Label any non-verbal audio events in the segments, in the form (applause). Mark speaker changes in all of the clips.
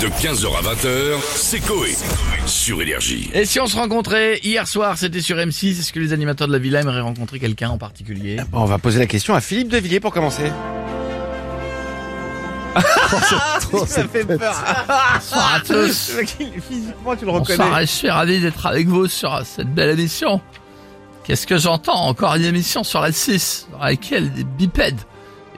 Speaker 1: De 15h à 20h, c'est Coé. Sur Énergie.
Speaker 2: Et si on se rencontrait hier soir, c'était sur M6, est-ce que les animateurs de la villa aimeraient rencontrer quelqu'un en particulier
Speaker 3: On va poser la question à Philippe Devilliers pour commencer. (laughs) Ça (laughs) fait peur.
Speaker 2: Bonsoir à tous
Speaker 3: Physiquement, tu le
Speaker 2: Bonsoir et je suis ravi d'être avec vous sur cette belle émission. Qu'est-ce que j'entends Encore une émission sur la 6, dans laquelle des bipèdes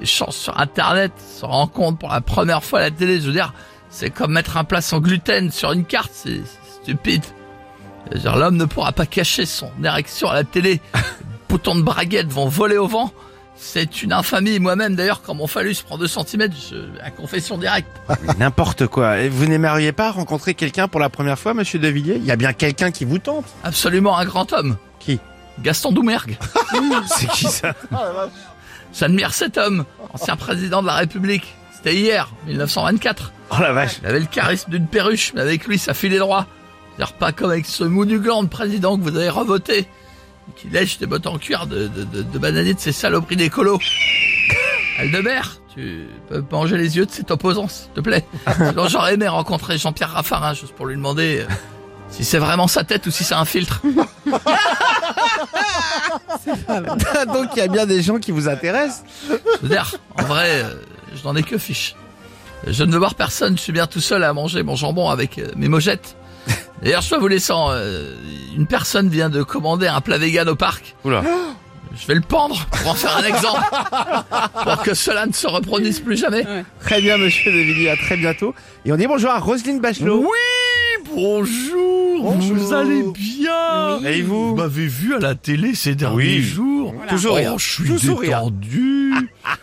Speaker 2: échangent sur Internet, se rencontrent pour la première fois à la télé. Je veux dire, c'est comme mettre un plat sans gluten sur une carte, c'est c'est stupide. Je veux dire, L'homme ne pourra pas cacher son érection à la télé. (laughs) Les boutons de braguette vont voler au vent. C'est une infamie. Moi-même, d'ailleurs, quand mon phallus prend 2 cm, je... à confession directe.
Speaker 3: N'importe quoi. Et Vous n'aimeriez pas rencontrer quelqu'un pour la première fois, monsieur Devilliers Il y a bien quelqu'un qui vous tente.
Speaker 2: Absolument un grand homme.
Speaker 3: Qui
Speaker 2: Gaston Doumergue.
Speaker 3: C'est qui ça
Speaker 2: J'admire cet homme, ancien président de la République. C'était hier, 1924.
Speaker 3: Oh la vache.
Speaker 2: Il avait le charisme d'une perruche, mais avec lui, ça filait droit. C'est-à-dire pas comme avec ce mou du gland de président que vous avez revoté, qui lèche des bottes en cuir de, de, de, de bananier de ces saloperies d'écolo. (laughs) Aldebert, tu peux manger les yeux de cet opposant, s'il te plaît. Sinon, j'aurais aimé rencontrer Jean-Pierre Raffarin, juste pour lui demander euh, si c'est vraiment sa tête ou si c'est un filtre.
Speaker 3: (laughs) Donc il y a bien des gens qui vous intéressent.
Speaker 2: Je veux dire, en vrai, euh, je n'en ai que fiche. Je ne veux voir personne, je suis bien tout seul à manger mon jambon avec euh, mes mojettes. D'ailleurs, je dois vous laisser, euh, une personne vient de commander un plat vegan au parc.
Speaker 3: Oula.
Speaker 2: Je vais le pendre pour en faire un exemple, pour que cela ne se reproduise plus jamais.
Speaker 3: Très bien, monsieur Devilliers. À très bientôt. Et on dit bonjour à Roselyne Bachelot.
Speaker 2: Oui, bonjour,
Speaker 3: Bonjour.
Speaker 2: vous allez bien
Speaker 3: Oui. Et vous
Speaker 2: m'avez vu à la télé ces derniers
Speaker 3: Oui.
Speaker 2: jours.
Speaker 3: Toujours
Speaker 2: Oh,
Speaker 3: rien.
Speaker 2: je suis
Speaker 3: Tout sourire.
Speaker 2: détendu.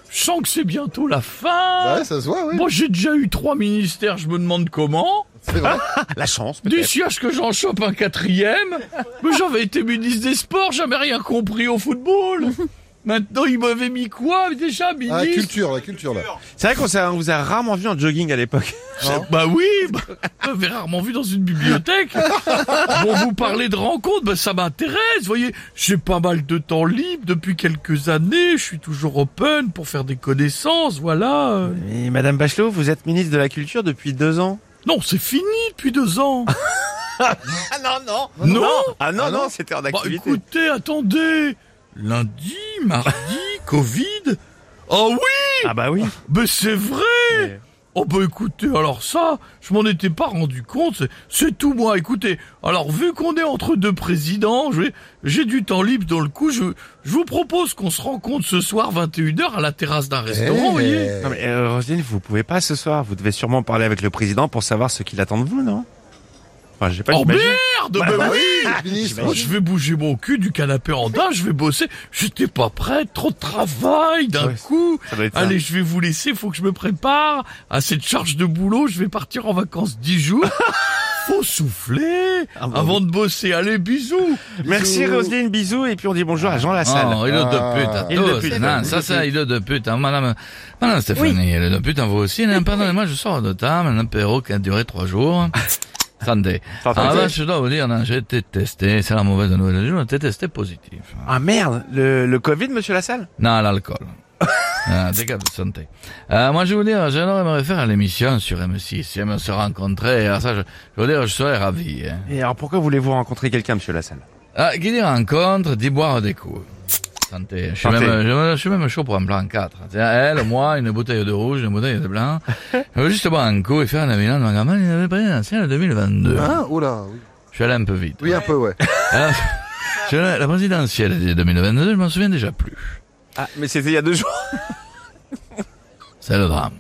Speaker 2: Je sens que c'est bientôt la
Speaker 3: Ah.
Speaker 2: fin.
Speaker 4: Bah ça se voit,
Speaker 2: (laughs)
Speaker 4: oui.
Speaker 2: Moi, j'ai déjà eu trois ministères, je me demande comment.
Speaker 4: C'est vrai.
Speaker 3: La chance, peut-être.
Speaker 2: D'ici à ce que j'en chope un quatrième. Mais j'avais été ministre des Sports, j'avais rien compris au
Speaker 3: (laughs)
Speaker 2: football. Maintenant, il m'avait mis quoi déjà,
Speaker 4: Ah, la
Speaker 2: ministre
Speaker 4: culture, la culture, là.
Speaker 3: C'est vrai qu'on s'est- on vous a rarement vu en jogging à l'époque.
Speaker 2: Bah oui, bah, vous m'avez rarement vu dans une
Speaker 3: (laughs)
Speaker 2: bibliothèque. Bon, vous parlez de rencontres, bah, ça m'intéresse. Vous voyez, j'ai pas mal de temps libre depuis quelques années. Je suis toujours open pour faire des connaissances, voilà. euh.
Speaker 3: Et Madame Bachelot, vous êtes ministre de la Culture depuis deux ans.
Speaker 2: Non, c'est fini depuis deux ans.
Speaker 3: (laughs) Ah non, non.
Speaker 2: Non.
Speaker 3: Ah non,
Speaker 4: Ah non.
Speaker 3: non, c'était en
Speaker 2: Bah
Speaker 3: activité.
Speaker 2: écoutez, attendez. Lundi, mardi, Covid. Oh oui
Speaker 3: ah bah oui.
Speaker 2: Mais c'est vrai
Speaker 3: Ouais.
Speaker 2: Oh bah écoutez, alors ça, je m'en étais pas rendu compte, c'est- c'est tout moi, écoutez, alors vu qu'on est entre deux présidents, je vais- j'ai du temps libre dans le coup, je, je vous propose qu'on se rencontre ce soir 21h à la terrasse d'un restaurant, vous voyez
Speaker 4: Eh,
Speaker 3: Non mais euh, Roselyne, vous pouvez pas ce soir. Vous devez sûrement parler avec le président pour savoir ce qu'il attend de vous, non Enfin, j'ai pas
Speaker 2: Oh
Speaker 3: j'imagine.
Speaker 2: merde, bah oui
Speaker 4: ministre.
Speaker 2: Oh, je vais bouger mon cul du canapé en dain, je vais bosser. J'étais pas prêt, trop de travail d'un
Speaker 3: Ouais,
Speaker 2: coup.
Speaker 3: ça doit être ça.
Speaker 2: Allez, je vais vous laisser, faut que je me prépare à cette charge de boulot, je vais partir en vacances 10 (laughs) jours. faut souffler
Speaker 3: Ah bon.
Speaker 2: avant de bosser. Allez, bisous.
Speaker 3: Merci
Speaker 4: Bisous.
Speaker 3: Roselyne, bisous et puis on dit bonjour à Jean Lassalle.
Speaker 2: il est
Speaker 4: Ah.
Speaker 3: Île de pute.
Speaker 2: Non, ça, ça, il est de pute. hein, madame, madame Stéphanie, il est de pute. hein, Vous aussi, hein, pardonnez-moi, je sors de table, un apéro qui a duré trois jours. Santé.
Speaker 3: Santé.
Speaker 2: Ah, bah, je dois vous dire, non, j'ai été testé, c'est la mauvaise nouvelle du jour, j'ai été testé positif.
Speaker 3: Ah merde, le, le Covid, monsieur Lassalle
Speaker 2: Non, à l'alcool. Ah, des gars de santé. Euh, moi, je veux dire, j'aimerais me référer à l'émission sur M6. Si on se rencontrait, alors ça, je, je veux dire, je serais ravi. hein.
Speaker 3: Et alors pourquoi voulez-vous rencontrer quelqu'un, monsieur Lassalle
Speaker 2: Ah, qui dit rencontre, dit boire des coups. Santé. Je suis,
Speaker 3: Santé.
Speaker 2: même, je, je suis même chaud pour un blanc 4. Elle, moi, une bouteille de rouge, une bouteille de blanc. Je veux juste boire un coup et faire la bilan de ma campagne présidentielle 2022.
Speaker 4: Hein Oh là, oui.
Speaker 2: Je suis allé un peu vite.
Speaker 4: Oui, un peu, ouais.
Speaker 2: Alors, je- la présidentielle de 2022, je m'en souviens déjà plus.
Speaker 3: Ah, mais c'était il y a deux jours.
Speaker 2: C'est le drame.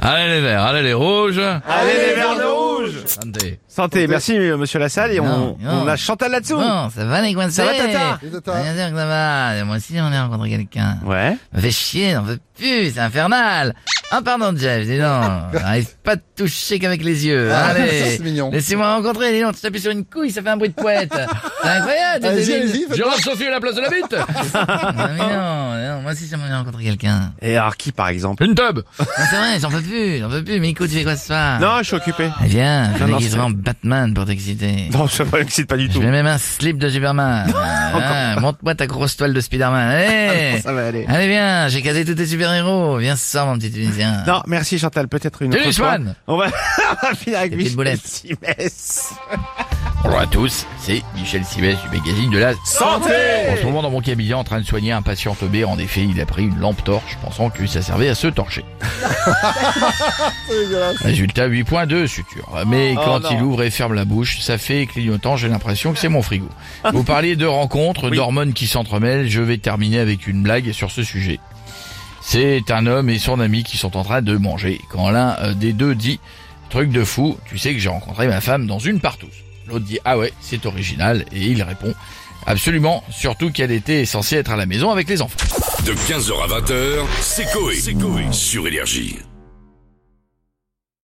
Speaker 2: allez les verts, allez les rouges.
Speaker 3: Allez les verres rouges
Speaker 2: Santé.
Speaker 3: Santé, merci euh, monsieur Lassalle et on,
Speaker 2: Non, non.
Speaker 3: on a Chantal là-dessous.
Speaker 2: Bon, ça va les coins
Speaker 3: Ça va, Tata
Speaker 4: Les
Speaker 2: Ça va,
Speaker 4: tatas.
Speaker 2: bien sûr que ça va. Moi aussi, on est rencontré quelqu'un.
Speaker 3: Ouais.
Speaker 2: Ça fait chier, j'en veux plus, c'est infernal. Ah, pardon, Jeff, dis
Speaker 3: (laughs)
Speaker 2: donc. J'arrive pas à te toucher qu'avec les yeux.
Speaker 4: Ah, ça,
Speaker 2: Allez.
Speaker 4: c'est mignon.
Speaker 2: Laissez-moi rencontrer, dis donc. Tu t'appuies sur une couille, ça fait un bruit de poète. C'est incroyable.
Speaker 4: Allez-y,
Speaker 2: t'es
Speaker 4: allez-y,
Speaker 2: débile.
Speaker 4: faites-le.
Speaker 2: Gérard Sophie à la place de la bite. non, mais non, non, moi aussi, j'aimerais rencontrer quelqu'un.
Speaker 3: Et alors qui par exemple
Speaker 2: Une tub. C'est vrai, j'en peux plus, j'en peux plus. Mais écoute, tu fais quoi ce soir?
Speaker 3: Non, je suis occupé.
Speaker 2: Eh Viens, je
Speaker 3: Non,
Speaker 2: me
Speaker 3: non,
Speaker 2: déguiserai
Speaker 3: c'est-
Speaker 2: en Batman pour t'exciter.
Speaker 3: Non, ça m'excite pas du
Speaker 2: Je
Speaker 3: tout.
Speaker 2: mets même un slip de
Speaker 3: (laughs)
Speaker 2: Superman. Ah, Montre-moi ta grosse toile de Spider-Man. Allez
Speaker 3: (laughs) Ça va aller.
Speaker 2: Allez, viens, j'ai casé tous tes super-héros. Viens, sors mon petit univers.
Speaker 5: Parisien.
Speaker 3: Non, merci Chantal, peut-être une
Speaker 5: Salut,
Speaker 3: autre fois.
Speaker 5: Swan.
Speaker 3: On va (laughs) on va finir avec
Speaker 5: C'était une
Speaker 3: Michel
Speaker 5: boulette.
Speaker 3: Simès.
Speaker 5: Bonjour à tous, c'est Michel Sibès du magazine de la Santé En ce moment dans mon cabinet en train de soigner un patient tombé, en effet il a pris une lampe torche pensant que ça servait à
Speaker 3: (laughs)
Speaker 5: se torcher. Résultat 8.2 suture. Mais
Speaker 3: Oh
Speaker 5: quand
Speaker 3: non.
Speaker 5: il ouvre et ferme la bouche, ça fait clignotant, j'ai l'impression que c'est mon frigo. Vous parliez de rencontres,
Speaker 3: Oui.
Speaker 5: d'hormones qui s'entremêlent, je vais terminer avec une blague sur ce sujet. C'est un homme et son ami qui sont en train de manger. Quand l'un euh, des deux dit Truc de fou, tu sais que j'ai rencontré ma femme dans une partouze. L'autre dit Ah ouais, c'est original. Et il répond Absolument, surtout qu'elle était censée être à la maison avec les enfants.
Speaker 1: De 15h à 20h, c'est Coé sur Énergie.